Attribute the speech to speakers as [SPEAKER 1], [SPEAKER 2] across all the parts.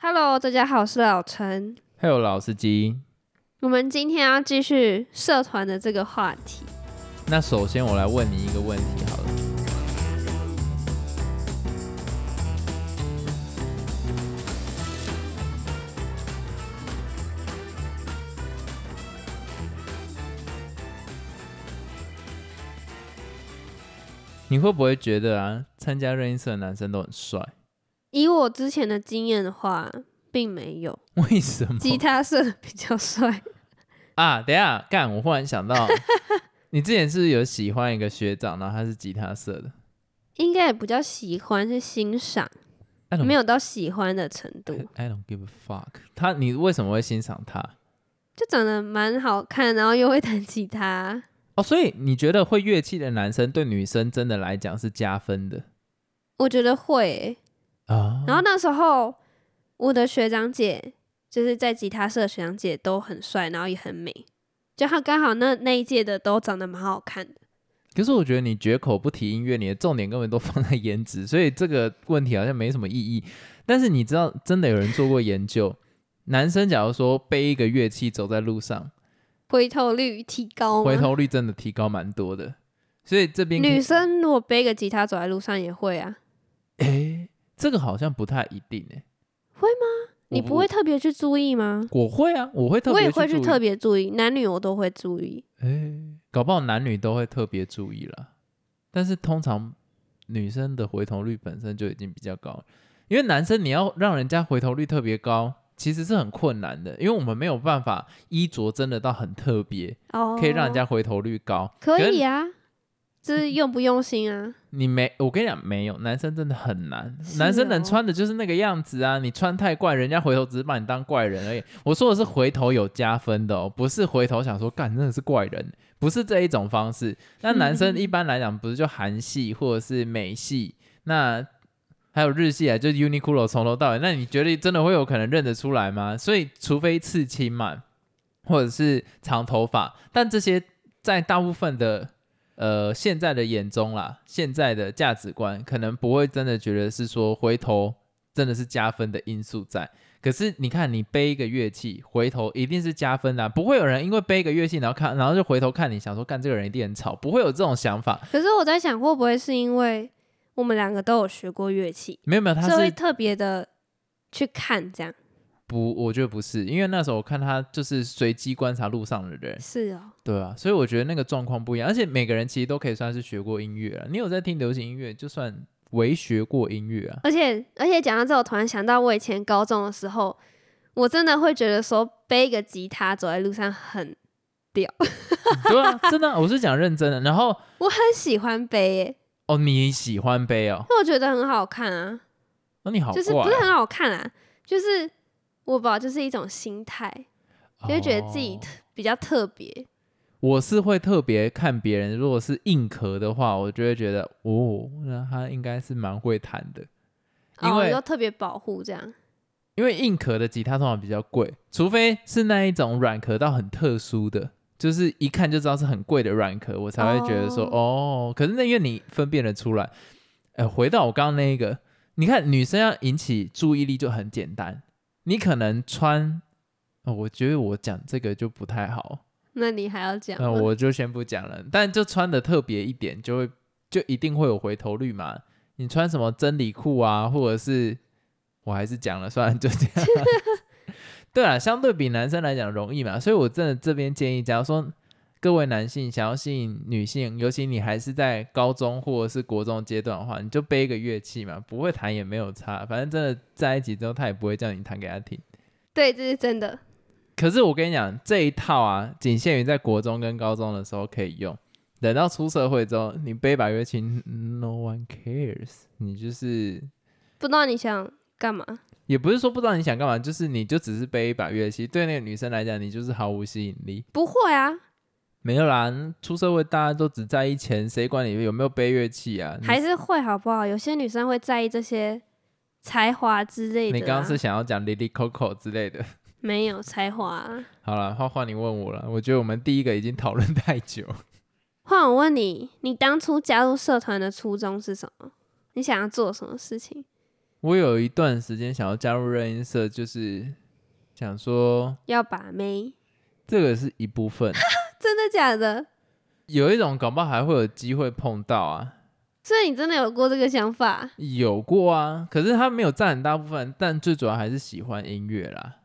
[SPEAKER 1] Hello，大家好，我是老陈。
[SPEAKER 2] 还有老司机。
[SPEAKER 1] 我们今天要继续社团的这个话题。
[SPEAKER 2] 那首先我来问你一个问题好了，你会不会觉得啊，参加热音社的男生都很帅？
[SPEAKER 1] 以我之前的经验的话，并没 有，
[SPEAKER 2] 为什么？
[SPEAKER 1] 吉他社的比较帅。
[SPEAKER 2] 啊，等一下，干！我忽然 想到，你之前是不是有喜欢一个学长，然后他是吉他社的？
[SPEAKER 1] 应该也不叫喜欢，是欣赏，
[SPEAKER 2] I don't
[SPEAKER 1] 没有到喜欢的程度，
[SPEAKER 2] I don't give a fuck。他，你为什么会欣赏他？
[SPEAKER 1] 就长得蛮好看，然后又会弹吉他，
[SPEAKER 2] 哦，所以你觉得会乐器的男生对女生真的来讲是加分的
[SPEAKER 1] 我觉得会欸、
[SPEAKER 2] 啊？
[SPEAKER 1] 然后那时候我的学长姐就是在吉他社的学长姐都很帅，然后也很美，就他刚好那那一届的都长得蛮好看的。
[SPEAKER 2] 可是我觉得你绝口不提音乐，你的重点根本都放在颜值，所以这个问题好像没什么意义。但是你知道，真的有人做过研究，男生假如说背一个乐器走在路上，
[SPEAKER 1] 回头率提高吗？
[SPEAKER 2] 回头率真的提高蛮多的。所以这边可以
[SPEAKER 1] 女生如果背个吉他走在路上也会啊，
[SPEAKER 2] 诶，这个好像不太一定诶。
[SPEAKER 1] 会吗？你不会特别去注意吗？
[SPEAKER 2] 我？我会啊，我会特别
[SPEAKER 1] 我也会去
[SPEAKER 2] 注意
[SPEAKER 1] 特别注意，男女我都会注意。
[SPEAKER 2] 诶，搞不好男女都会特别注意啦。但是通常女生的回头率本身就已经比较高了，因为男生你要让人家回头率特别高，其实是很困难的，因为我们没有办法衣着真的到很特别，
[SPEAKER 1] 哦，
[SPEAKER 2] 可以让人家回头率高。
[SPEAKER 1] 可以
[SPEAKER 2] 是
[SPEAKER 1] 啊，这是用不用心 啊？
[SPEAKER 2] 你没，我跟你讲，没有男生真的很难，
[SPEAKER 1] 是
[SPEAKER 2] 男生
[SPEAKER 1] 哦
[SPEAKER 2] 能穿的就是那个样子啊，你穿太怪，人家回头只是把你当怪人而已。我说的是回头有加分的哦，不是回头想说干真的是怪人，不是这一种方式。那男生一般来讲不是就韩系或者是美系，那还有日系啊，就是 Uniqlo 从头到尾，那你觉得真的会有可能认得出来吗？所以除非刺青嘛，或者是长头发，但这些在大部分的呃现在的眼中啦，现在的价值观可能不会真的觉得是说回头真的是加分的因素在。可是你看，你背一个乐器，回头一定是加分的啊、不会有人因为背一个乐器，然后看，然后就回头看你，想说干这个人一定很吵，不会有这种想法。
[SPEAKER 1] 可是我在想，会不会是因为我们两个都有学过乐器，
[SPEAKER 2] 没有没有，他
[SPEAKER 1] 所以会
[SPEAKER 2] 是
[SPEAKER 1] 特别的去看这样？
[SPEAKER 2] 不，我觉得不是，因为那时候我看他就是随机观察路上的人，
[SPEAKER 1] 是哦，
[SPEAKER 2] 对啊，所以我觉得那个状况不一样，而且每个人其实都可以算是学过音乐啊。你有在听流行音乐，就算为学过音乐 啊。
[SPEAKER 1] 而且而且讲到这，我突然想到，我以前高中的时候，我真的会觉得说背一个吉他走在路上很，
[SPEAKER 2] 对啊，真的啊、我是讲认真的。然后
[SPEAKER 1] 我很喜欢背耶、
[SPEAKER 2] 哦，你喜欢背哦，
[SPEAKER 1] 因为我觉得很好看啊，
[SPEAKER 2] 那、你好怪、
[SPEAKER 1] 就
[SPEAKER 2] 哦，
[SPEAKER 1] 是不是很好看啊，就是我吧，就是一种心态，就会觉得自己
[SPEAKER 2] 哦
[SPEAKER 1] 特比较特别。
[SPEAKER 2] 我是会特别看别人，如果是硬壳的话，我就会觉得哦，那他应该是蛮会弹的，因
[SPEAKER 1] 哦，
[SPEAKER 2] 为
[SPEAKER 1] 就特别保护这样，
[SPEAKER 2] 因为硬壳的吉他通常比较贵，除非是那一种软壳到很特殊的，就是一看就知道是很贵的软壳，我才会觉得说哦可是那因为你分辨得出来，呃，回到我刚刚那一个，你看女生要引起注意力就很简单，你可能穿，呃我觉得我讲这个就不太好，
[SPEAKER 1] 那你还要讲吗？
[SPEAKER 2] 那我就先不讲了，但就穿的特别一点，就会就一定会有回头率嘛。你穿什么真理裤啊，或者是我还是讲了，算了，就这样。 对啊，相对比男生来讲容易嘛，所以我真的这边建议，假如说各位男性想要吸引女性，尤其你还是在高中或者是国中阶段的话，你就背一个乐器嘛，不会弹也没有差，反正真的在一起之后，他也不会叫你弹给他听。
[SPEAKER 1] 对，这是真的。
[SPEAKER 2] 可是我跟你讲，这一套啊，仅限于在国中跟高中的时候可以用。等到出社会之后，你背把乐器，no one cares，你就是
[SPEAKER 1] 不知道你想干嘛？
[SPEAKER 2] 也不是说不知道你想干嘛，就是你就只是背一把乐器，对那个女生来讲，你就是毫无吸引力。
[SPEAKER 1] 不会啊，
[SPEAKER 2] 没有啦，出社会大家都只在意钱，谁管你有没有背乐器啊？你
[SPEAKER 1] 还是会好不好？有些女生会在意这些才华之类的、啊。
[SPEAKER 2] 你刚刚是想要讲 Lily Coco 之类的？
[SPEAKER 1] 没有才华啊、
[SPEAKER 2] 好了，换换你问我了，我觉得我们第一个已经讨论太久。
[SPEAKER 1] 换我问你，你当初加入社团的初衷是什么？你想要做什么事情？
[SPEAKER 2] 我有一段时间想要加入热音社，就是想说
[SPEAKER 1] 要把妹，
[SPEAKER 2] 这个是一部分，
[SPEAKER 1] 真的假的？
[SPEAKER 2] 有一种搞不好还会有机会碰到啊，
[SPEAKER 1] 所以你真的有过这个想法？
[SPEAKER 2] 有过啊，可是他没有占很大部分，但最主要还是喜欢音乐啦。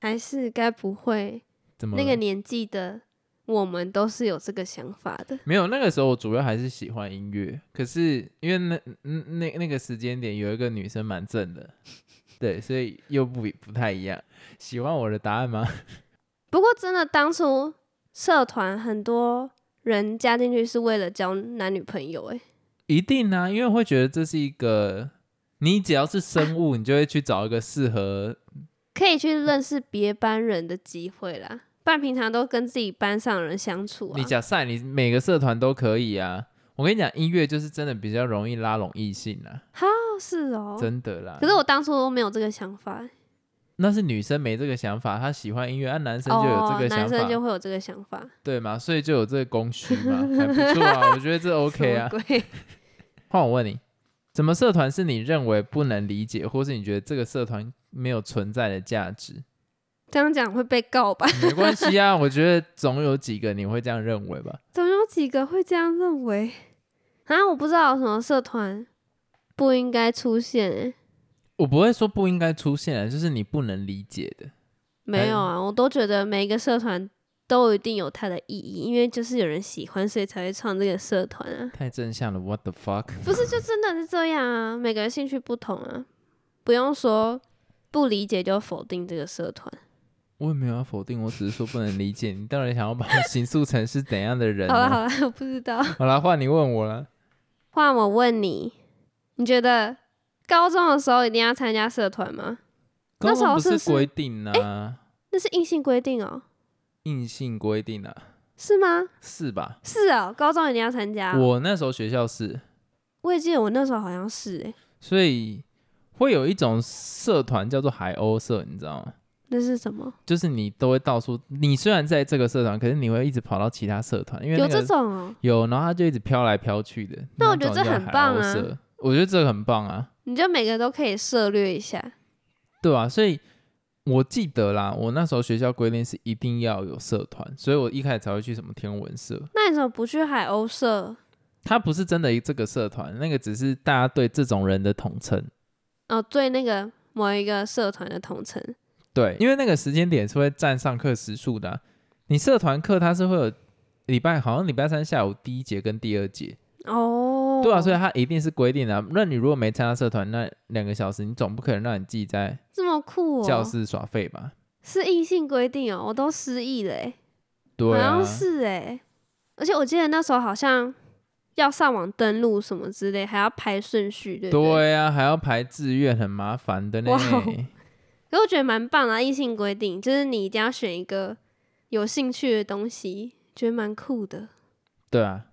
[SPEAKER 1] 还是该不会
[SPEAKER 2] 怎么
[SPEAKER 1] 那
[SPEAKER 2] 了
[SPEAKER 1] 个年纪的我们都是有这个想法的？
[SPEAKER 2] 没有，那个时候我主要还是喜欢音乐，可是因为那那那那个时间点有一个女生蛮正的，对，所以又不不太一样。喜欢我的答案吗？
[SPEAKER 1] 不过真的，当初社团很多人加进去是为了交男女朋友、欸，
[SPEAKER 2] 一定啊，因为会觉得这是一个，你只要是生物，你就会去找一个适合。
[SPEAKER 1] 可以去认识别班人的机会啦。不然平常都跟自己班上的人相处啊
[SPEAKER 2] 你。假赛，你每个社团都可以啊。我跟你讲，音乐就是真的比较容易拉拢异性啊，
[SPEAKER 1] 哦，是哦。
[SPEAKER 2] 真的啦。
[SPEAKER 1] 可是我当初都没有这个想法，
[SPEAKER 2] 那是女生没这个想法，她喜欢音乐，啊，男生就有
[SPEAKER 1] 哦
[SPEAKER 2] 这，个
[SPEAKER 1] 男
[SPEAKER 2] 想法，
[SPEAKER 1] 生就会有这个想法。
[SPEAKER 2] 对嘛？所以就有这个供需嘛，还不错啊，我觉得这 OK 啊
[SPEAKER 1] 什。么鬼
[SPEAKER 2] 换我问你，什么社团是你认为不能理解，或是你觉得这个社团没有存在的价值？
[SPEAKER 1] 这样讲会被告吧？
[SPEAKER 2] 没关系啊，我觉得总有几个你会这样认为吧。
[SPEAKER 1] 总有几个会这样认为啊！我不知道有什么社团不应该出现、欸，
[SPEAKER 2] 我不会说不应该出现啊，就是你不能理解的。
[SPEAKER 1] 没有啊，我都觉得每一个社团都一定有它的意义，因为就是有人喜欢，所以才会创这个社团啊。
[SPEAKER 2] 太正向了，What the fuck？
[SPEAKER 1] 不是，就真的是这样啊，每个人兴趣不同啊，不用说不理解就否定这个社团。
[SPEAKER 2] 我也没有要否定，我只是说不能理解你到底想要把我形塑成是怎样的人、
[SPEAKER 1] 好了
[SPEAKER 2] 啊。
[SPEAKER 1] 好了， 我不知道。
[SPEAKER 2] 好啦，换你问我了。
[SPEAKER 1] 换我问你，你觉得高中的时候一定要参加社团吗？那
[SPEAKER 2] 高
[SPEAKER 1] 时候
[SPEAKER 2] 中不
[SPEAKER 1] 是不是
[SPEAKER 2] 规定啊，
[SPEAKER 1] 那是硬性规定哦，
[SPEAKER 2] 硬性规定啊，
[SPEAKER 1] 是吗？
[SPEAKER 2] 是吧？
[SPEAKER 1] 是哦，高中一定要参加哦。
[SPEAKER 2] 我那时候学校是，
[SPEAKER 1] 我也记得我那时候好像是欸诶、
[SPEAKER 2] 所以会有一种社团叫做海鸥社，你知道吗？
[SPEAKER 1] 那是什么？
[SPEAKER 2] 就是你都会到处，你虽然在这个社团，可是你会一直跑到其他社团，因为、那
[SPEAKER 1] 有
[SPEAKER 2] 个、
[SPEAKER 1] 这种哦、
[SPEAKER 2] 有，然后他就一直飘来飘去的。
[SPEAKER 1] 那我
[SPEAKER 2] 种
[SPEAKER 1] 觉得这
[SPEAKER 2] 叫
[SPEAKER 1] 很
[SPEAKER 2] 海
[SPEAKER 1] 棒
[SPEAKER 2] 鸥
[SPEAKER 1] 啊
[SPEAKER 2] 社！我觉得这个很棒啊，
[SPEAKER 1] 你就每个都可以涉略一下。
[SPEAKER 2] 对啊，所以我记得啦，我那时候学校规定是一定要有社团，所以我一开始才会去什么天文社。
[SPEAKER 1] 那你怎么不去海鸥社？
[SPEAKER 2] 它不是真的这个社团，那个只是大家对这种人的统称。
[SPEAKER 1] 哦，对，那个某一个社团的统称，
[SPEAKER 2] 对，因为那个时间点是会占上课时数的啊、你社团课它是会有礼拜，好像礼拜三下午第一节跟第二节，
[SPEAKER 1] 哦，
[SPEAKER 2] 对啊，所以它一定是规定的啊、那你如果没参加社团，那两个小时你总不可能让你自己在
[SPEAKER 1] 这么酷哦，
[SPEAKER 2] 教室耍废吧？
[SPEAKER 1] 是硬性规定哦，我都失忆了诶、好
[SPEAKER 2] 对啊
[SPEAKER 1] 像，是诶、而且我记得那时候好像要上网登录什么之类，还要排顺序，对不对？
[SPEAKER 2] 对啊，还要排志愿，很麻烦的呢
[SPEAKER 1] 哇。哦可是我觉得蛮棒的、啊，硬性规定就是你一定要选一个有兴趣的东西，觉得蛮酷的。
[SPEAKER 2] 对啊，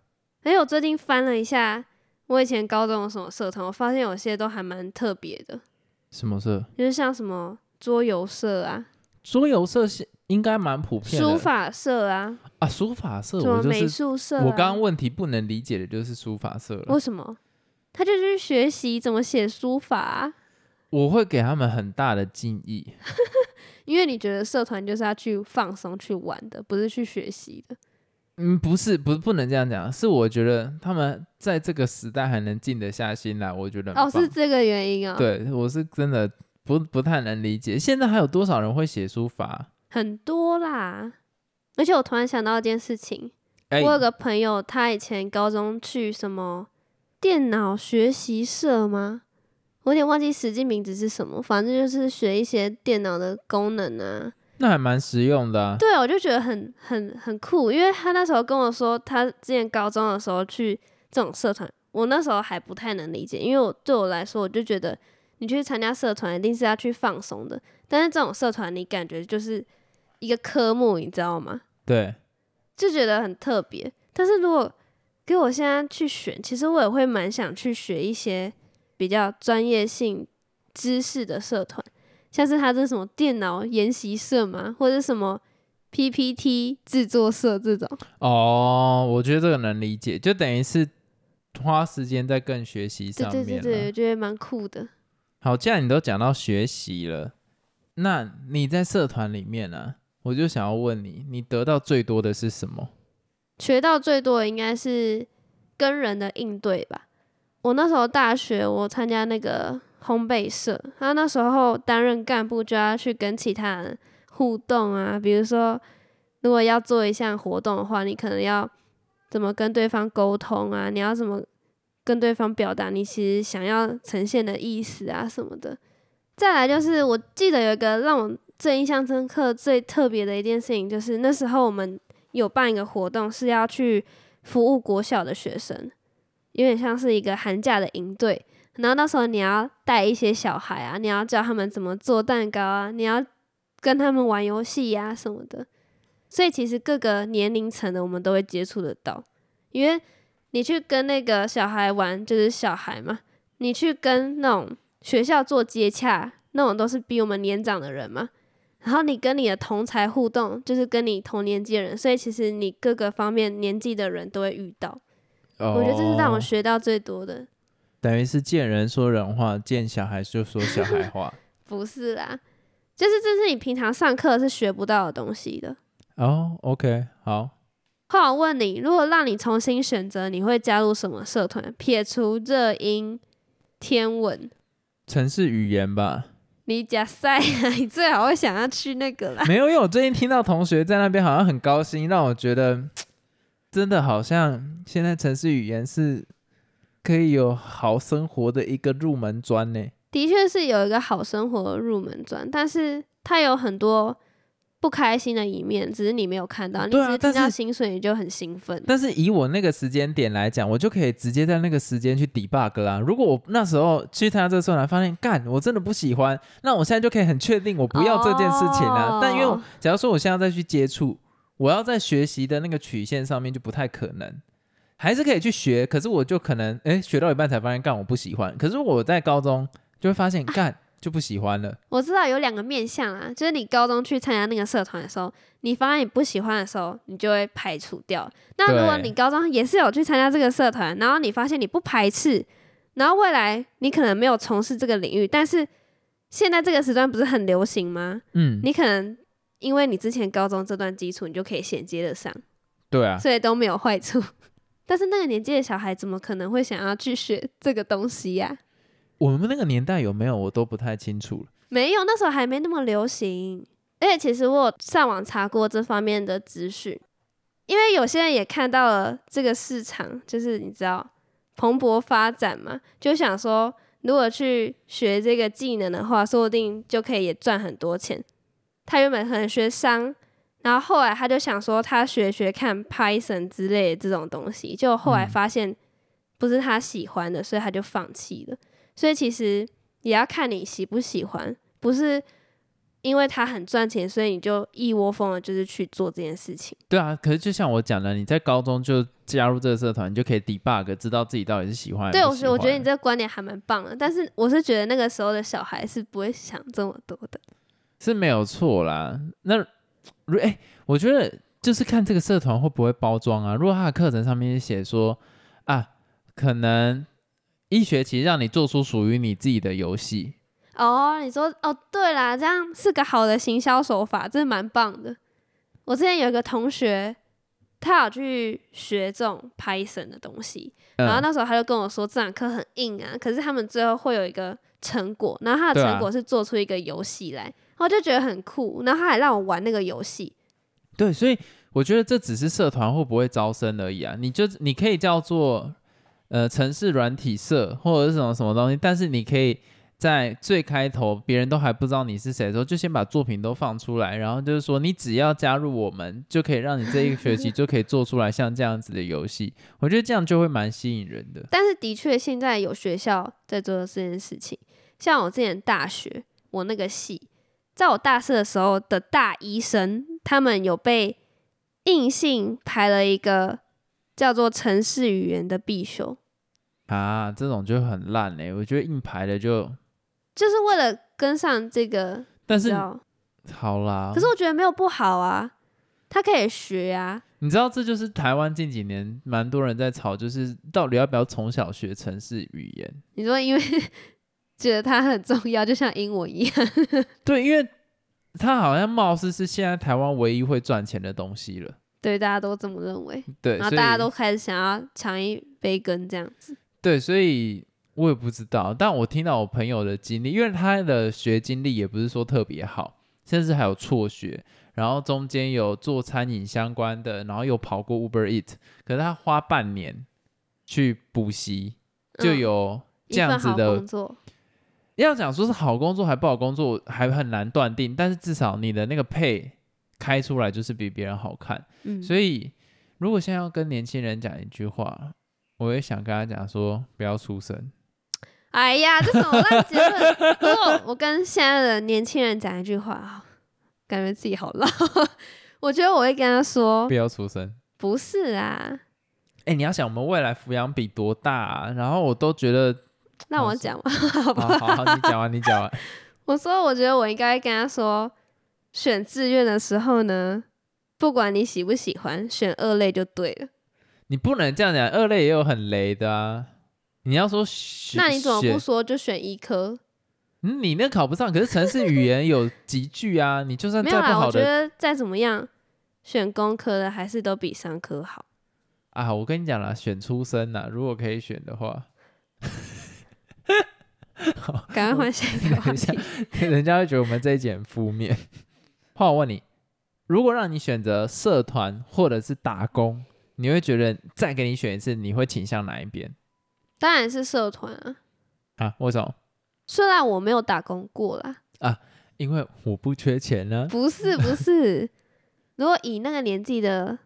[SPEAKER 1] 而且我最近翻了一下我以前高中有什么社团，我发现有些都还蛮特别的，
[SPEAKER 2] 什么社？
[SPEAKER 1] 就是像什么桌游社啊、
[SPEAKER 2] 桌游社是应该蛮普遍的。
[SPEAKER 1] 书法社啊、
[SPEAKER 2] 啊，书法社，
[SPEAKER 1] 什
[SPEAKER 2] 我
[SPEAKER 1] 么
[SPEAKER 2] 就
[SPEAKER 1] 美
[SPEAKER 2] 是
[SPEAKER 1] 术社、啊。
[SPEAKER 2] 我刚刚问题不能理解的就是书法社了。
[SPEAKER 1] 为什么？他就去学习怎么写书法啊、
[SPEAKER 2] 我会给他们很大的敬意。
[SPEAKER 1] 因为你觉得社团就是要去放松、去玩的，不是去学习的。
[SPEAKER 2] 嗯，不是，不不能这样讲，是我觉得他们在这个时代还能静得下心来，我觉得很
[SPEAKER 1] 哦，
[SPEAKER 2] 棒
[SPEAKER 1] 是这个原因啊、，
[SPEAKER 2] 对，我是真的不不太能理解，现在还有多少人会写书法？
[SPEAKER 1] 很多啦。而且我突然想到一件事情，
[SPEAKER 2] 哎、
[SPEAKER 1] 我有个朋友，他以前高中去什么电脑学习社吗？我有点忘记实际名字是什么，反正就是学一些电脑的功能啊。
[SPEAKER 2] 那还蛮实用的、啊。
[SPEAKER 1] 对，我就觉得很很很酷，因为他那时候跟我说，他之前高中的时候去这种社团，我那时候还不太能理解，因为我对我来说，我就觉得你去参加社团一定是要去放松的，但是这种社团你感觉就是一个科目，你知道吗？
[SPEAKER 2] 对，
[SPEAKER 1] 就觉得很特别。但是如果给我现在去选，其实我也会蛮想去学一些比较专业性知识的社团，像是他这什么电脑研习社嘛，或者什么 PPT 制作社这种。
[SPEAKER 2] 哦，我觉得这个能理解，就等于是花时间在更学习
[SPEAKER 1] 对
[SPEAKER 2] 上
[SPEAKER 1] 对
[SPEAKER 2] 面啊
[SPEAKER 1] 对
[SPEAKER 2] 了。
[SPEAKER 1] 对，我觉得蛮酷的。
[SPEAKER 2] 好，既然你都讲到学习了，那你在社团里面呢、我就想要问你，你得到最多的是什么？
[SPEAKER 1] 学到最多的应该是跟人的应对吧。我那时候大学，我参加那个烘焙社，他那时候担任干部就要去跟其他人互动啊，比如说如果要做一项活动的话，你可能要怎么跟对方沟通啊，你要怎么跟对方表达你其实想要呈现的意思啊什么的。再来就是，我记得有一个让我最印象深刻、最特别的一件事情，就是那时候我们有办一个活动，是要去服务国小的学生，有点像是一个寒假的营队。然后那时候你要带一些小孩啊，你要教他们怎么做蛋糕啊，你要跟他们玩游戏呀、什么的。所以其实各个年龄层的我们都会接触得到，因为你去跟那个小孩玩就是小孩嘛，你去跟那种学校做接洽，那种都是比我们年长的人嘛。然后你跟你的同才互动，就是跟你同年纪的人，所以其实你各个方面年纪的人都会遇到。我觉得这是让我
[SPEAKER 2] 哦
[SPEAKER 1] 学到最多的，
[SPEAKER 2] 等于是见人说人话，见小孩就说小孩 话。
[SPEAKER 1] 不是啦，就是这是你平常上课是学不到的东西的。
[SPEAKER 2] 哦、o k 好，
[SPEAKER 1] 后来我问你，如果让你重新选择，你会加入什么社团？撇除热音、天文、
[SPEAKER 2] 城市语言吧。
[SPEAKER 1] 你假赛啊，你最好会想要去那个啦。
[SPEAKER 2] 没有，因为我最近听到同学在那边好像很高兴，让我觉得真的好像现在城市语言是可以有好生活的一个入门砖呢。
[SPEAKER 1] 的确是有一个好生活的入门砖，但是它有很多不开心的一面，只是你没有看到，你
[SPEAKER 2] 对
[SPEAKER 1] 只
[SPEAKER 2] 啊
[SPEAKER 1] 是听
[SPEAKER 2] 但
[SPEAKER 1] 到
[SPEAKER 2] 是
[SPEAKER 1] 薪水你就很兴奋。
[SPEAKER 2] 但是以我那个时间点来讲，我就可以直接在那个时间去 debug 啦。如果我那时候去参加这个社团，发现干我真的不喜欢，那我现在就可以很确定我不要这件事情啦。
[SPEAKER 1] 哦
[SPEAKER 2] 但因为我假如说我现在再去接触，我要在学习的那个曲线上面就不太可能，还是可以去学，可是我就可能诶学到一半才发现干我不喜欢。可是我在高中就会发现干就不喜欢了。
[SPEAKER 1] 我知道有两个面向啦，就是你高中去参加那个社团的时候，你发现你不喜欢的时候，你就会排除掉。那如果
[SPEAKER 2] 对
[SPEAKER 1] 你高中也是有去参加这个社团，然后你发现你不排斥，然后未来你可能没有从事这个领域，但是现在这个时段不是很流行吗？
[SPEAKER 2] 嗯，
[SPEAKER 1] 你可能因为你之前高中这段基础，你就可以衔接得上，
[SPEAKER 2] 对啊，
[SPEAKER 1] 所以都没有坏处。但是那个年纪的小孩怎么可能会想要去学这个东西呀、
[SPEAKER 2] 我们那个年代有没有我都不太清楚了。
[SPEAKER 1] 没有，那时候还没那么流行。而且其实我有上网查过这方面的资讯，因为有些人也看到了这个市场，就是你知道蓬勃发展嘛，就想说如果去学这个技能的话，说不定就可以也赚很多钱。他原本可能学商，然后后来他就想说他学学看 Python 之类的这种东西，就后来
[SPEAKER 2] 嗯
[SPEAKER 1] 发现不是他喜欢的，所以他就放弃了。所以其实也要看你喜不喜欢，不是因为他很赚钱，所以你就一窝蜂的就是去做这件事情。
[SPEAKER 2] 对啊，可是就像我讲的，你在高中就加入这个社团，你就可以 debug，知道自己到底是喜欢还是
[SPEAKER 1] 对，
[SPEAKER 2] 不
[SPEAKER 1] 我
[SPEAKER 2] 喜
[SPEAKER 1] 觉得我觉得
[SPEAKER 2] 欢
[SPEAKER 1] 你这个观点还蛮棒的，但是我是觉得那个时候的小孩是不会想这么多的。
[SPEAKER 2] 是没有错啦。那如哎、我觉得就是看这个社团会不会包装啊。如果他的课程上面写说啊，可能一学期让你做出属于你自己的游戏，
[SPEAKER 1] 哦，你说哦，对啦，这样是个好的行销手法，真的蛮棒的。我之前有一个同学，他有去学这种 Python 的东西，然后
[SPEAKER 2] 嗯，
[SPEAKER 1] 那时候他就跟我说这堂课很硬啊，可是他们最后会有一个成果，然后他的
[SPEAKER 2] 对啊
[SPEAKER 1] 成果是做出一个游戏来，我就觉得很酷，然后他还让我玩那个游戏，
[SPEAKER 2] 对，所以我觉得这只是社团会不会招生而已啊。你就你可以叫做呃城市软体社或者是什么什么东西，但是你可以在最开头别人都还不知道你是谁的时候，就先把作品都放出来，然后就是说你只要加入我们，就可以让你这一个学期就可以做出来像这样子的游戏。我觉得这样就会蛮吸引人的。
[SPEAKER 1] 但是的确现在有学校在做这件事情，像我之前大学我那个系，在我大四的时候的大一生，他们有被硬性排了一个叫做城市语言的必修，
[SPEAKER 2] 啊，这种就很烂哎、我觉得硬排的就，
[SPEAKER 1] 就是为了跟上这个，
[SPEAKER 2] 但
[SPEAKER 1] 你知
[SPEAKER 2] 是
[SPEAKER 1] 道。
[SPEAKER 2] 好啦，
[SPEAKER 1] 可是我觉得没有不好啊，他可以学啊。
[SPEAKER 2] 你知道，这就是台湾近几年蛮多人在吵，就是到底要不要从小学城市语言？
[SPEAKER 1] 你说因为 觉得它很重要，就像英文一样。
[SPEAKER 2] 对，因为它好像貌似是现在台湾唯一会赚钱的东西了。
[SPEAKER 1] 对，大家都这么认为，
[SPEAKER 2] 对，
[SPEAKER 1] 然后
[SPEAKER 2] 所
[SPEAKER 1] 大家
[SPEAKER 2] 以
[SPEAKER 1] 都开始想要尝一杯羹这样子。
[SPEAKER 2] 对，所以我也不知道，但我听到我朋友的经历，因为他的学经历也不是说特别好，甚至还有辍学，然后中间有做餐饮相关的，然后有跑过 Uber Eat，可是他花半年去补习，就
[SPEAKER 1] 嗯
[SPEAKER 2] 有
[SPEAKER 1] 一
[SPEAKER 2] 这样
[SPEAKER 1] 份
[SPEAKER 2] 子
[SPEAKER 1] 好
[SPEAKER 2] 的
[SPEAKER 1] 工作，
[SPEAKER 2] 要讲说是好工作还不好工作，还很难断定。但是至少你的那个配开出来就是比别人好看。
[SPEAKER 1] 嗯，
[SPEAKER 2] 所以如果现在要跟年轻人讲一句话，我也想跟他讲说，不要出声。
[SPEAKER 1] 哎呀，这什么烂结论！ 如果我跟现在的年轻人讲一句话啊，感觉自己好老。 我觉得我会跟他说
[SPEAKER 2] 不，要出声。
[SPEAKER 1] 不是啊，
[SPEAKER 2] 哎、你要想我们未来抚养比多大、啊，然后我都觉得，
[SPEAKER 1] 让
[SPEAKER 2] 好
[SPEAKER 1] 我
[SPEAKER 2] 是
[SPEAKER 1] 讲完 好不
[SPEAKER 2] 好
[SPEAKER 1] 好？
[SPEAKER 2] 好好，你讲完，你讲完。
[SPEAKER 1] 我说，我觉得我应该跟他说，选志愿的时候呢，不管你喜不喜欢，选二类就对了。
[SPEAKER 2] 你不能这样讲，二类也有很雷的啊。你要说选，
[SPEAKER 1] 那你怎么
[SPEAKER 2] 选
[SPEAKER 1] 不说就选医科？
[SPEAKER 2] 嗯你那考不上，可是城市语言有集句啊，你就算
[SPEAKER 1] 没
[SPEAKER 2] 再
[SPEAKER 1] 有
[SPEAKER 2] 不
[SPEAKER 1] 啦，
[SPEAKER 2] 好
[SPEAKER 1] 我觉
[SPEAKER 2] 的
[SPEAKER 1] 得再怎么样，选工科的还是都比商科好。
[SPEAKER 2] 啊，我跟你讲啦，选出身呐，如果可以选的话，
[SPEAKER 1] 赶快换下一个话
[SPEAKER 2] 哦 等一下
[SPEAKER 1] 题。
[SPEAKER 2] 人家会觉得我们这一集很负面。话我问你，如果让你选择社团或者是打工，你会觉得再给你选一次，你会倾向哪一边
[SPEAKER 1] 当然是社团啊。
[SPEAKER 2] 啊？为什么？
[SPEAKER 1] 虽然我没有打工过啦，
[SPEAKER 2] 因为我不缺钱呢、
[SPEAKER 1] 不是不是。如果以那个年纪的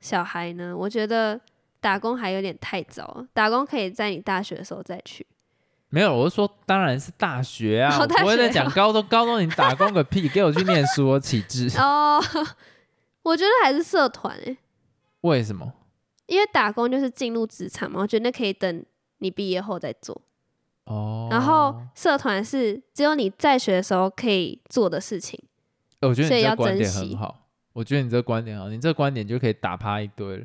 [SPEAKER 1] 小孩呢，我觉得打工还有点太早了，打工可以在你大学的时候再去。
[SPEAKER 2] 没有，我是说，当然是大学啊，
[SPEAKER 1] 哦
[SPEAKER 2] 我
[SPEAKER 1] 大学
[SPEAKER 2] 不会再
[SPEAKER 1] 哦
[SPEAKER 2] 讲高中。高中你打工个屁，给我去念书，我岂止？
[SPEAKER 1] 哦，我觉得还是社团诶、
[SPEAKER 2] 为什么？
[SPEAKER 1] 因为打工就是进入职场嘛，我觉得那可以等你毕业后再做。
[SPEAKER 2] 哦，
[SPEAKER 1] 然后社团是只有你在学的时候可以做的事情。
[SPEAKER 2] 欸我觉得
[SPEAKER 1] 所
[SPEAKER 2] 你
[SPEAKER 1] 以
[SPEAKER 2] 这
[SPEAKER 1] 要
[SPEAKER 2] 观
[SPEAKER 1] 珍
[SPEAKER 2] 点
[SPEAKER 1] 惜
[SPEAKER 2] 很好，我觉得你这观点很好，你这观点就可以打趴一堆了。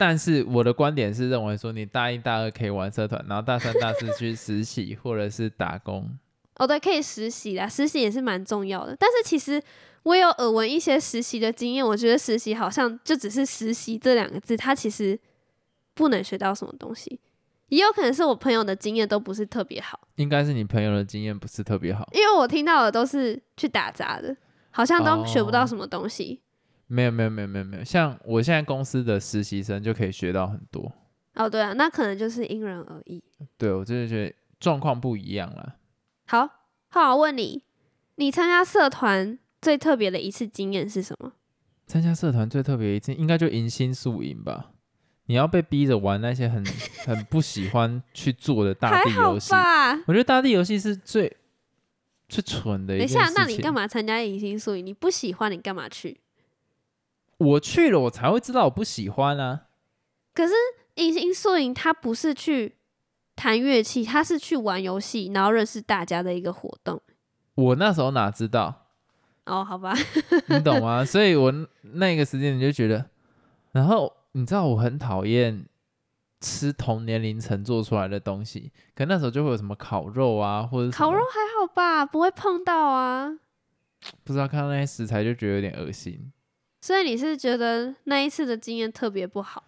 [SPEAKER 2] 但是我的观点是认为说，你大一、大二可以玩社团，然后大三、大四去实习或者是打工。
[SPEAKER 1] 哦，对，可以实习啦，实习也是蛮重要的。但是其实我也有耳闻一些实习的经验，我觉得实习好像就只是实习这两个字，它其实不能学到什么东西。也有可能是我朋友的经验都不是特别好，
[SPEAKER 2] 应该是你朋友的经验不是特别好，
[SPEAKER 1] 因为我听到的都是去打杂的，好像都学不
[SPEAKER 2] 哦
[SPEAKER 1] 到什么东西。
[SPEAKER 2] 没有没有没有没有没有，像我现在公司的实习生就可以学到很多。
[SPEAKER 1] 哦对啊，那可能就是因人而异。
[SPEAKER 2] 对我真的觉得状况不一样啦。
[SPEAKER 1] 好，好，我问你，你参加社团最特别的一次经验是什么？
[SPEAKER 2] 参加社团最特别一次，应该就迎新宿营吧。你要被逼着玩那些很 很不喜欢去做的大
[SPEAKER 1] 还
[SPEAKER 2] 地
[SPEAKER 1] 好
[SPEAKER 2] 游戏，
[SPEAKER 1] 吧？
[SPEAKER 2] 我觉得大地游戏是最最蠢的一
[SPEAKER 1] 等一
[SPEAKER 2] 件事
[SPEAKER 1] 下
[SPEAKER 2] 情。，
[SPEAKER 1] 那你干？嘛参加迎新宿营？你不喜欢，你干嘛去？
[SPEAKER 2] 我去了，我才会知道我不喜欢啊。
[SPEAKER 1] 可是迎新宿营它不是去弹乐器，它是去玩游戏，然后认识大家的一个活动。
[SPEAKER 2] 我那时候哪 知道，
[SPEAKER 1] 哦，好吧，
[SPEAKER 2] 你懂吗？所以我那个时间你就觉得，然后你知道我很讨厌吃同年龄层做出来的东西，可那时候就会有什么烤肉啊，或者什
[SPEAKER 1] 烤
[SPEAKER 2] 么
[SPEAKER 1] 肉还好吧，不会碰到啊。
[SPEAKER 2] 不知道看到那些食材就觉得有点恶心。
[SPEAKER 1] 所以你是觉得那一次的经验特别不好？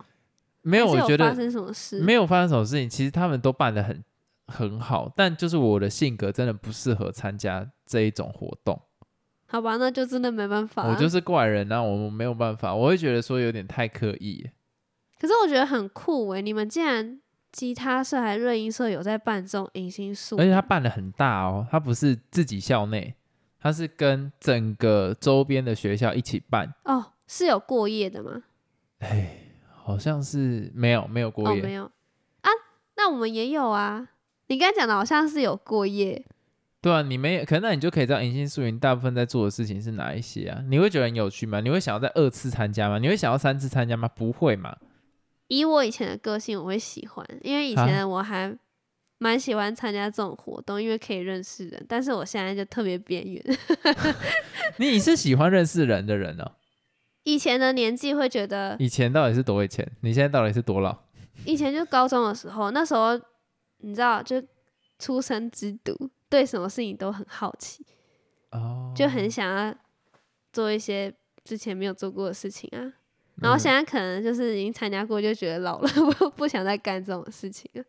[SPEAKER 1] 没
[SPEAKER 2] 没有，我觉
[SPEAKER 1] 发
[SPEAKER 2] 得
[SPEAKER 1] 生什么事？
[SPEAKER 2] 没有发生什么事情，其实他们都办得很很好，但就是我的性格真的不适合参加这一种活动。
[SPEAKER 1] 好吧，那就真的没办法、
[SPEAKER 2] 我就是怪人啊，我没有办法，我会觉得说有点太刻意。
[SPEAKER 1] 可是我觉得很酷诶、你们竟然吉他社还热音社有在办这种迎新宿营，
[SPEAKER 2] 而且他办的很大哦，他不是自己校内，他是跟整个周边的学校一起办。
[SPEAKER 1] 哦是有过夜的吗？
[SPEAKER 2] 哎，好像是没有没有过
[SPEAKER 1] 哦，
[SPEAKER 2] 夜，
[SPEAKER 1] 没有啊，那我们也有啊。你刚才讲的好像是有过夜，
[SPEAKER 2] 对啊，你没有，可能那你就可以知道银杏树云大部分在做的事情是哪一些啊？你会觉得很有趣吗？你会想要再二次参加吗？你会想要三次参加吗？不 会嘛？
[SPEAKER 1] 以我以前的个性，我会喜欢，因为以
[SPEAKER 2] 啊
[SPEAKER 1] 前的我还蛮喜欢参加这种活动，因为可以认识人。但是我现在就特别边缘。
[SPEAKER 2] 你是喜欢认识人的人哦。
[SPEAKER 1] 以前的年纪会觉得，
[SPEAKER 2] 以前到底是多有钱？你现在到底是多老？
[SPEAKER 1] 以前就高中的时候，那时候你知道，就出生之毒，对什么事情都很好奇，
[SPEAKER 2] 哦，
[SPEAKER 1] 就很想要做一些之前没有做过的事情啊。
[SPEAKER 2] 嗯
[SPEAKER 1] 然后现在可能就是已经参加过，就觉得老了， 我不想再干这种事情了。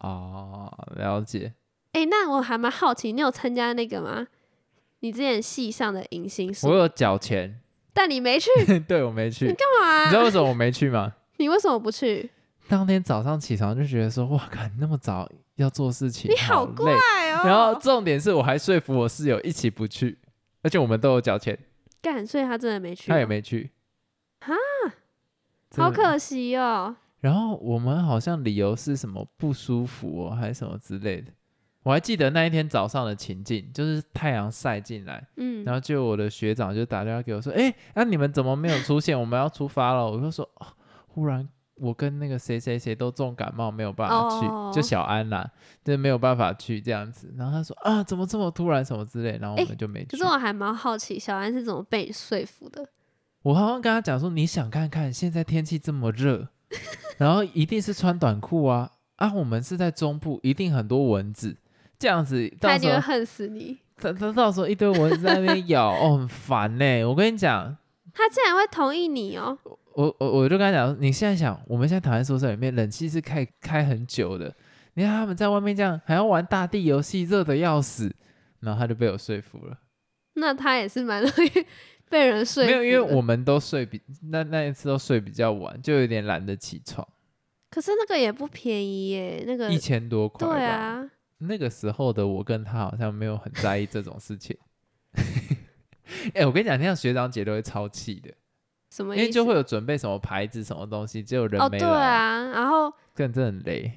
[SPEAKER 2] 哦，了解。
[SPEAKER 1] 诶，那我还蛮好奇，你有参加那个吗？你之前系上的迎新
[SPEAKER 2] 我
[SPEAKER 1] 宿，
[SPEAKER 2] 有缴钱，
[SPEAKER 1] 但你没去
[SPEAKER 2] 对我没去。你
[SPEAKER 1] 干
[SPEAKER 2] 知道
[SPEAKER 1] 嘛？
[SPEAKER 2] 为什么我没去吗？
[SPEAKER 1] 你为什么不去？
[SPEAKER 2] 当天早上起床就觉得说，哇，看那么早要做事情，
[SPEAKER 1] 你
[SPEAKER 2] 好
[SPEAKER 1] 好
[SPEAKER 2] 累。
[SPEAKER 1] 怪哦！
[SPEAKER 2] 然后重点是我还说服我室友一起不去，而且我们都有缴钱，
[SPEAKER 1] 干，所以他真的没去哦，
[SPEAKER 2] 他也没去。
[SPEAKER 1] 哈，好
[SPEAKER 2] 真的。
[SPEAKER 1] 可惜哦。
[SPEAKER 2] 然后我们好像理由是什么不舒服、哦、还是什么之类的。我还记得那一天早上的情境，就是太阳晒进来，
[SPEAKER 1] 嗯，
[SPEAKER 2] 然后就我的学长就打电话给我说：“哎、那、你们怎么没有出现？我们要出发了。”我就说：“哦，忽然我跟那个谁谁谁都重感冒，没有办法去，
[SPEAKER 1] 哦
[SPEAKER 2] 就小安啦，就没有办法去这样子。”然后他说：“啊，怎么这么突然？什么之类。”然后我
[SPEAKER 1] 诶
[SPEAKER 2] 们就没
[SPEAKER 1] 可
[SPEAKER 2] 去。
[SPEAKER 1] 是我还蛮好奇，小安是怎么被你说服的？
[SPEAKER 2] 我好像跟他讲说：“你想看看，现在天气这么热，然后一定是穿短裤啊啊！我们是在中部，一定很多蚊子。”这样子，
[SPEAKER 1] 他
[SPEAKER 2] 到
[SPEAKER 1] 一
[SPEAKER 2] 时
[SPEAKER 1] 定会
[SPEAKER 2] 候
[SPEAKER 1] 恨死你。
[SPEAKER 2] 他他到时候一堆蚊子在那边咬，哦，很烦呢、我跟你讲，
[SPEAKER 1] 他竟然会同意你哦！
[SPEAKER 2] 我我我就跟他讲，你现在想，我们现在躺在宿舍里面，冷气是开开很久的，你看他们在外面这样还要玩大地游戏，热的要死。然后他就被我说服了，
[SPEAKER 1] 那他也是蛮容易 被人说服的。
[SPEAKER 2] 没有，因为我们都睡比那那一次都睡比较晚，就有点懒得起床，
[SPEAKER 1] 可是那个也不便宜耶，那个
[SPEAKER 2] 一千多块。
[SPEAKER 1] 对，啊，
[SPEAKER 2] 那个时候的我跟他好像没有很在意这种事情。 哎、我跟你讲，那样学长姐都会超气的，
[SPEAKER 1] 什么
[SPEAKER 2] 因
[SPEAKER 1] 意思？
[SPEAKER 2] 为就会有准备什么牌子、什么东西，结果人
[SPEAKER 1] 哦，
[SPEAKER 2] 没
[SPEAKER 1] 对
[SPEAKER 2] 来，
[SPEAKER 1] 啊，然后
[SPEAKER 2] 更真的很累。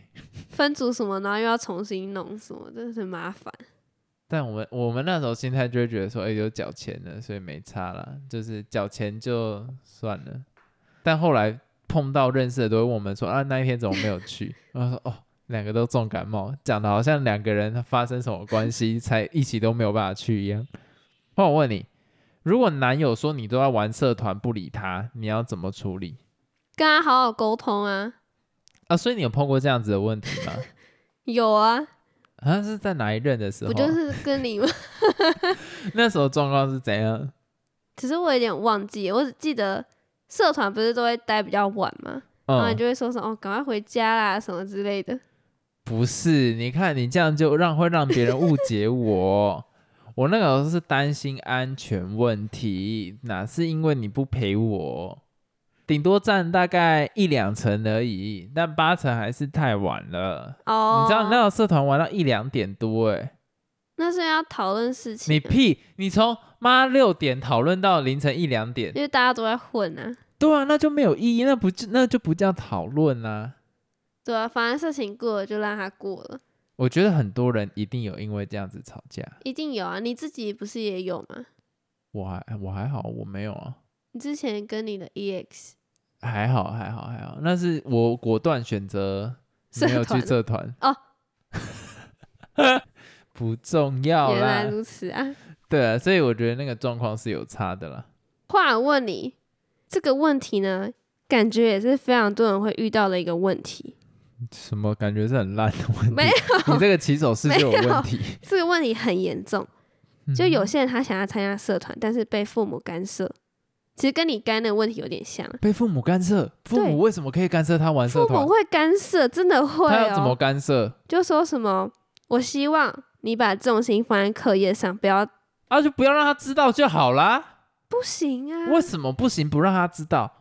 [SPEAKER 1] 分组什么，然后又要重新弄什么，真的是麻烦。
[SPEAKER 2] 但我们我们那时候心态就会觉得说，哎、有缴钱了，所以没差啦，就是缴钱就算了。但后来碰到认识的，都会问我们说，啊，那一天怎么没有去？ 然后说，哦，两个都重感冒，讲的好像两个人发生什么关系才一起都没有办法去一样。那我问你，如果男友说你都在玩社团不理他，你要怎么处理
[SPEAKER 1] 跟他好好沟通啊，
[SPEAKER 2] 啊？所以你有碰过这样子的问题吗？
[SPEAKER 1] 有啊，
[SPEAKER 2] 好像是在哪一任的时候
[SPEAKER 1] 不
[SPEAKER 2] 啊？
[SPEAKER 1] 就是跟 你吗？
[SPEAKER 2] 那时候状况是怎样？
[SPEAKER 1] 其实我有点忘记，我只记得社团不是都会待比较晚吗？然后你
[SPEAKER 2] 嗯，
[SPEAKER 1] 就会说什么哦，赶快回家啦什么之类的。
[SPEAKER 2] 不是，你看你这样就让会让别人误解我。 我那个时候是担心安全问题，哪是因为你不陪我？顶多占大概一两成而已，但八成还是太晚了。
[SPEAKER 1] 哦，
[SPEAKER 2] 你知道那个社团玩到一两点多、欸，
[SPEAKER 1] 那是要讨论事情啊，
[SPEAKER 2] 你屁！你从妈六点讨论到凌晨一两点，
[SPEAKER 1] 因为大家都在混啊，
[SPEAKER 2] 对啊，那就没有意义，那不就那就不叫讨论啦、
[SPEAKER 1] 对啊，反正事情过了就让它过了，
[SPEAKER 2] 我觉得很多人一定有因为这样子吵架，
[SPEAKER 1] 一定有啊。你自己不是也有吗？
[SPEAKER 2] 我还我还好，我没有啊。
[SPEAKER 1] 你之前跟你的 E EX
[SPEAKER 2] 还好，还好，还好。那是我果断选择
[SPEAKER 1] 社
[SPEAKER 2] 没有去
[SPEAKER 1] 团
[SPEAKER 2] 社团
[SPEAKER 1] 哦，
[SPEAKER 2] 不重要
[SPEAKER 1] 原来
[SPEAKER 2] 啦。
[SPEAKER 1] 如此啊。
[SPEAKER 2] 对啊，所以我觉得那个状况是有差的啦。
[SPEAKER 1] 话问你这个问题呢，感觉也是非常多人会遇到的一个问题。
[SPEAKER 2] 什么感觉是很烂的问题？
[SPEAKER 1] 没
[SPEAKER 2] 你这个起手式就有
[SPEAKER 1] 没有
[SPEAKER 2] 问题。
[SPEAKER 1] 这个问题很严重，就
[SPEAKER 2] 嗯
[SPEAKER 1] 有些人他想要参加社团，但是被父母干涉，其实跟你刚才那个问题有点像。
[SPEAKER 2] 被父母干涉，父
[SPEAKER 1] 对
[SPEAKER 2] 母为什么可以干涉他玩社
[SPEAKER 1] 父
[SPEAKER 2] 团
[SPEAKER 1] 母？会干涉，真的会
[SPEAKER 2] 他要怎么
[SPEAKER 1] 哦。
[SPEAKER 2] 干涉？
[SPEAKER 1] 就说什么，我希望你把重心放在课业上，不要
[SPEAKER 2] 啊，就不要让他知道就好啦。
[SPEAKER 1] 不行啊。
[SPEAKER 2] 为什么不行？不让他知道？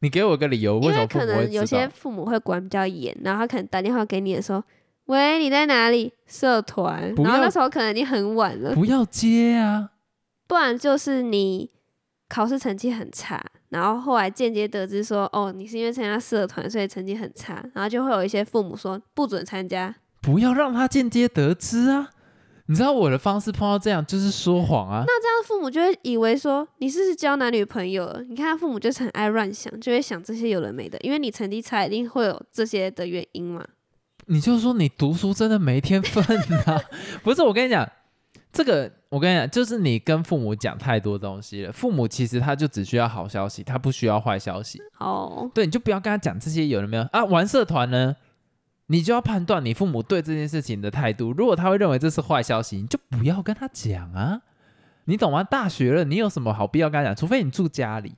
[SPEAKER 2] 你给我一个理由，
[SPEAKER 1] 因
[SPEAKER 2] 为什
[SPEAKER 1] 为
[SPEAKER 2] 么父
[SPEAKER 1] 可
[SPEAKER 2] 母
[SPEAKER 1] 能
[SPEAKER 2] 会
[SPEAKER 1] 有
[SPEAKER 2] 知
[SPEAKER 1] 些
[SPEAKER 2] 道？
[SPEAKER 1] 父母会管比较严，然后他可能打电话给你的时候，喂，你在哪里？社团。
[SPEAKER 2] 不
[SPEAKER 1] 然后
[SPEAKER 2] 要
[SPEAKER 1] 那时候可能已经很晚了，
[SPEAKER 2] 不要接啊！
[SPEAKER 1] 不然就是你考试成绩很差，然后后来间接得知说，哦，你是因为参加社团，所以成绩很差，然后就会有一些父母说不准参加。
[SPEAKER 2] 不要让他间接得知啊！你知道我的方式碰到这样就是说谎啊，
[SPEAKER 1] 那父母就会以为说你是不是交男女朋友了？你看他父母就是很爱乱想，就会想这些有的没的，因为你成绩差一定会有这些的原因嘛。
[SPEAKER 2] 你就说你读书真的没天分啊！不是，我跟你讲，这个我跟你讲，就是你跟父母讲太多东西了。父母其实他就只需要好消息，他不需要坏消息。
[SPEAKER 1] 哦，
[SPEAKER 2] 对，你就不要跟他讲这些有的没有啊。玩社团呢，你就要判断你父母对这件事情的态度。如果他会认为这是坏消息，你就不要跟他讲啊，你懂吗？大学了，你有什么好必要跟他讲？除非你住家里，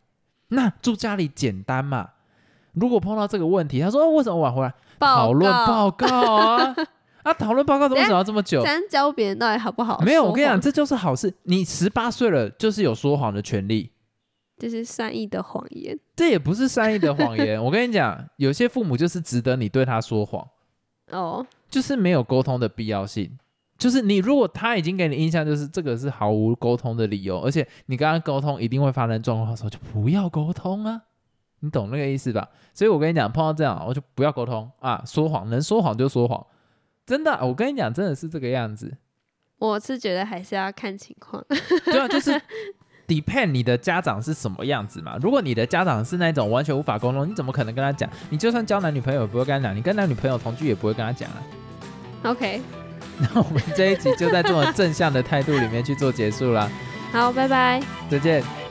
[SPEAKER 2] 那住家里简单嘛。如果碰到这个问题，他说、哦、为什么晚回来？讨论报告 啊啊！讨论报告为什么要这么久？
[SPEAKER 1] 咱教别人到底好不好？
[SPEAKER 2] 没有，我跟你讲，，这就是好事。你十八岁了，就是有说谎的权利。
[SPEAKER 1] 这是善意的谎言。
[SPEAKER 2] 这也不是善意的谎言。我跟你讲，有些父母就是值得你对他说谎，
[SPEAKER 1] 哦，
[SPEAKER 2] 就是没有沟通的必要性。就是你如果他已经给你印象就是这个是毫无沟通的理由，而且你跟他沟通一定会发生状况的时候，就不要沟通啊，你懂那个意思吧？所以我跟你讲，碰到这样我就不要沟通啊，说谎能说谎就说谎，真的啊、我跟你讲，真的是这个样子。
[SPEAKER 1] 我是觉得还是要看情况。
[SPEAKER 2] 对啊，就是 depend 你的家长是什么样子嘛。如果你的家长是那种完全无法沟通，你怎么可能跟他讲？你就算交男女朋友也不会跟他讲，你跟男女朋友同居也不会跟他讲啊。
[SPEAKER 1] OK，
[SPEAKER 2] 那我们这一集就在这种正向的态度里面去做结束啦，
[SPEAKER 1] 好，拜拜。
[SPEAKER 2] 再见。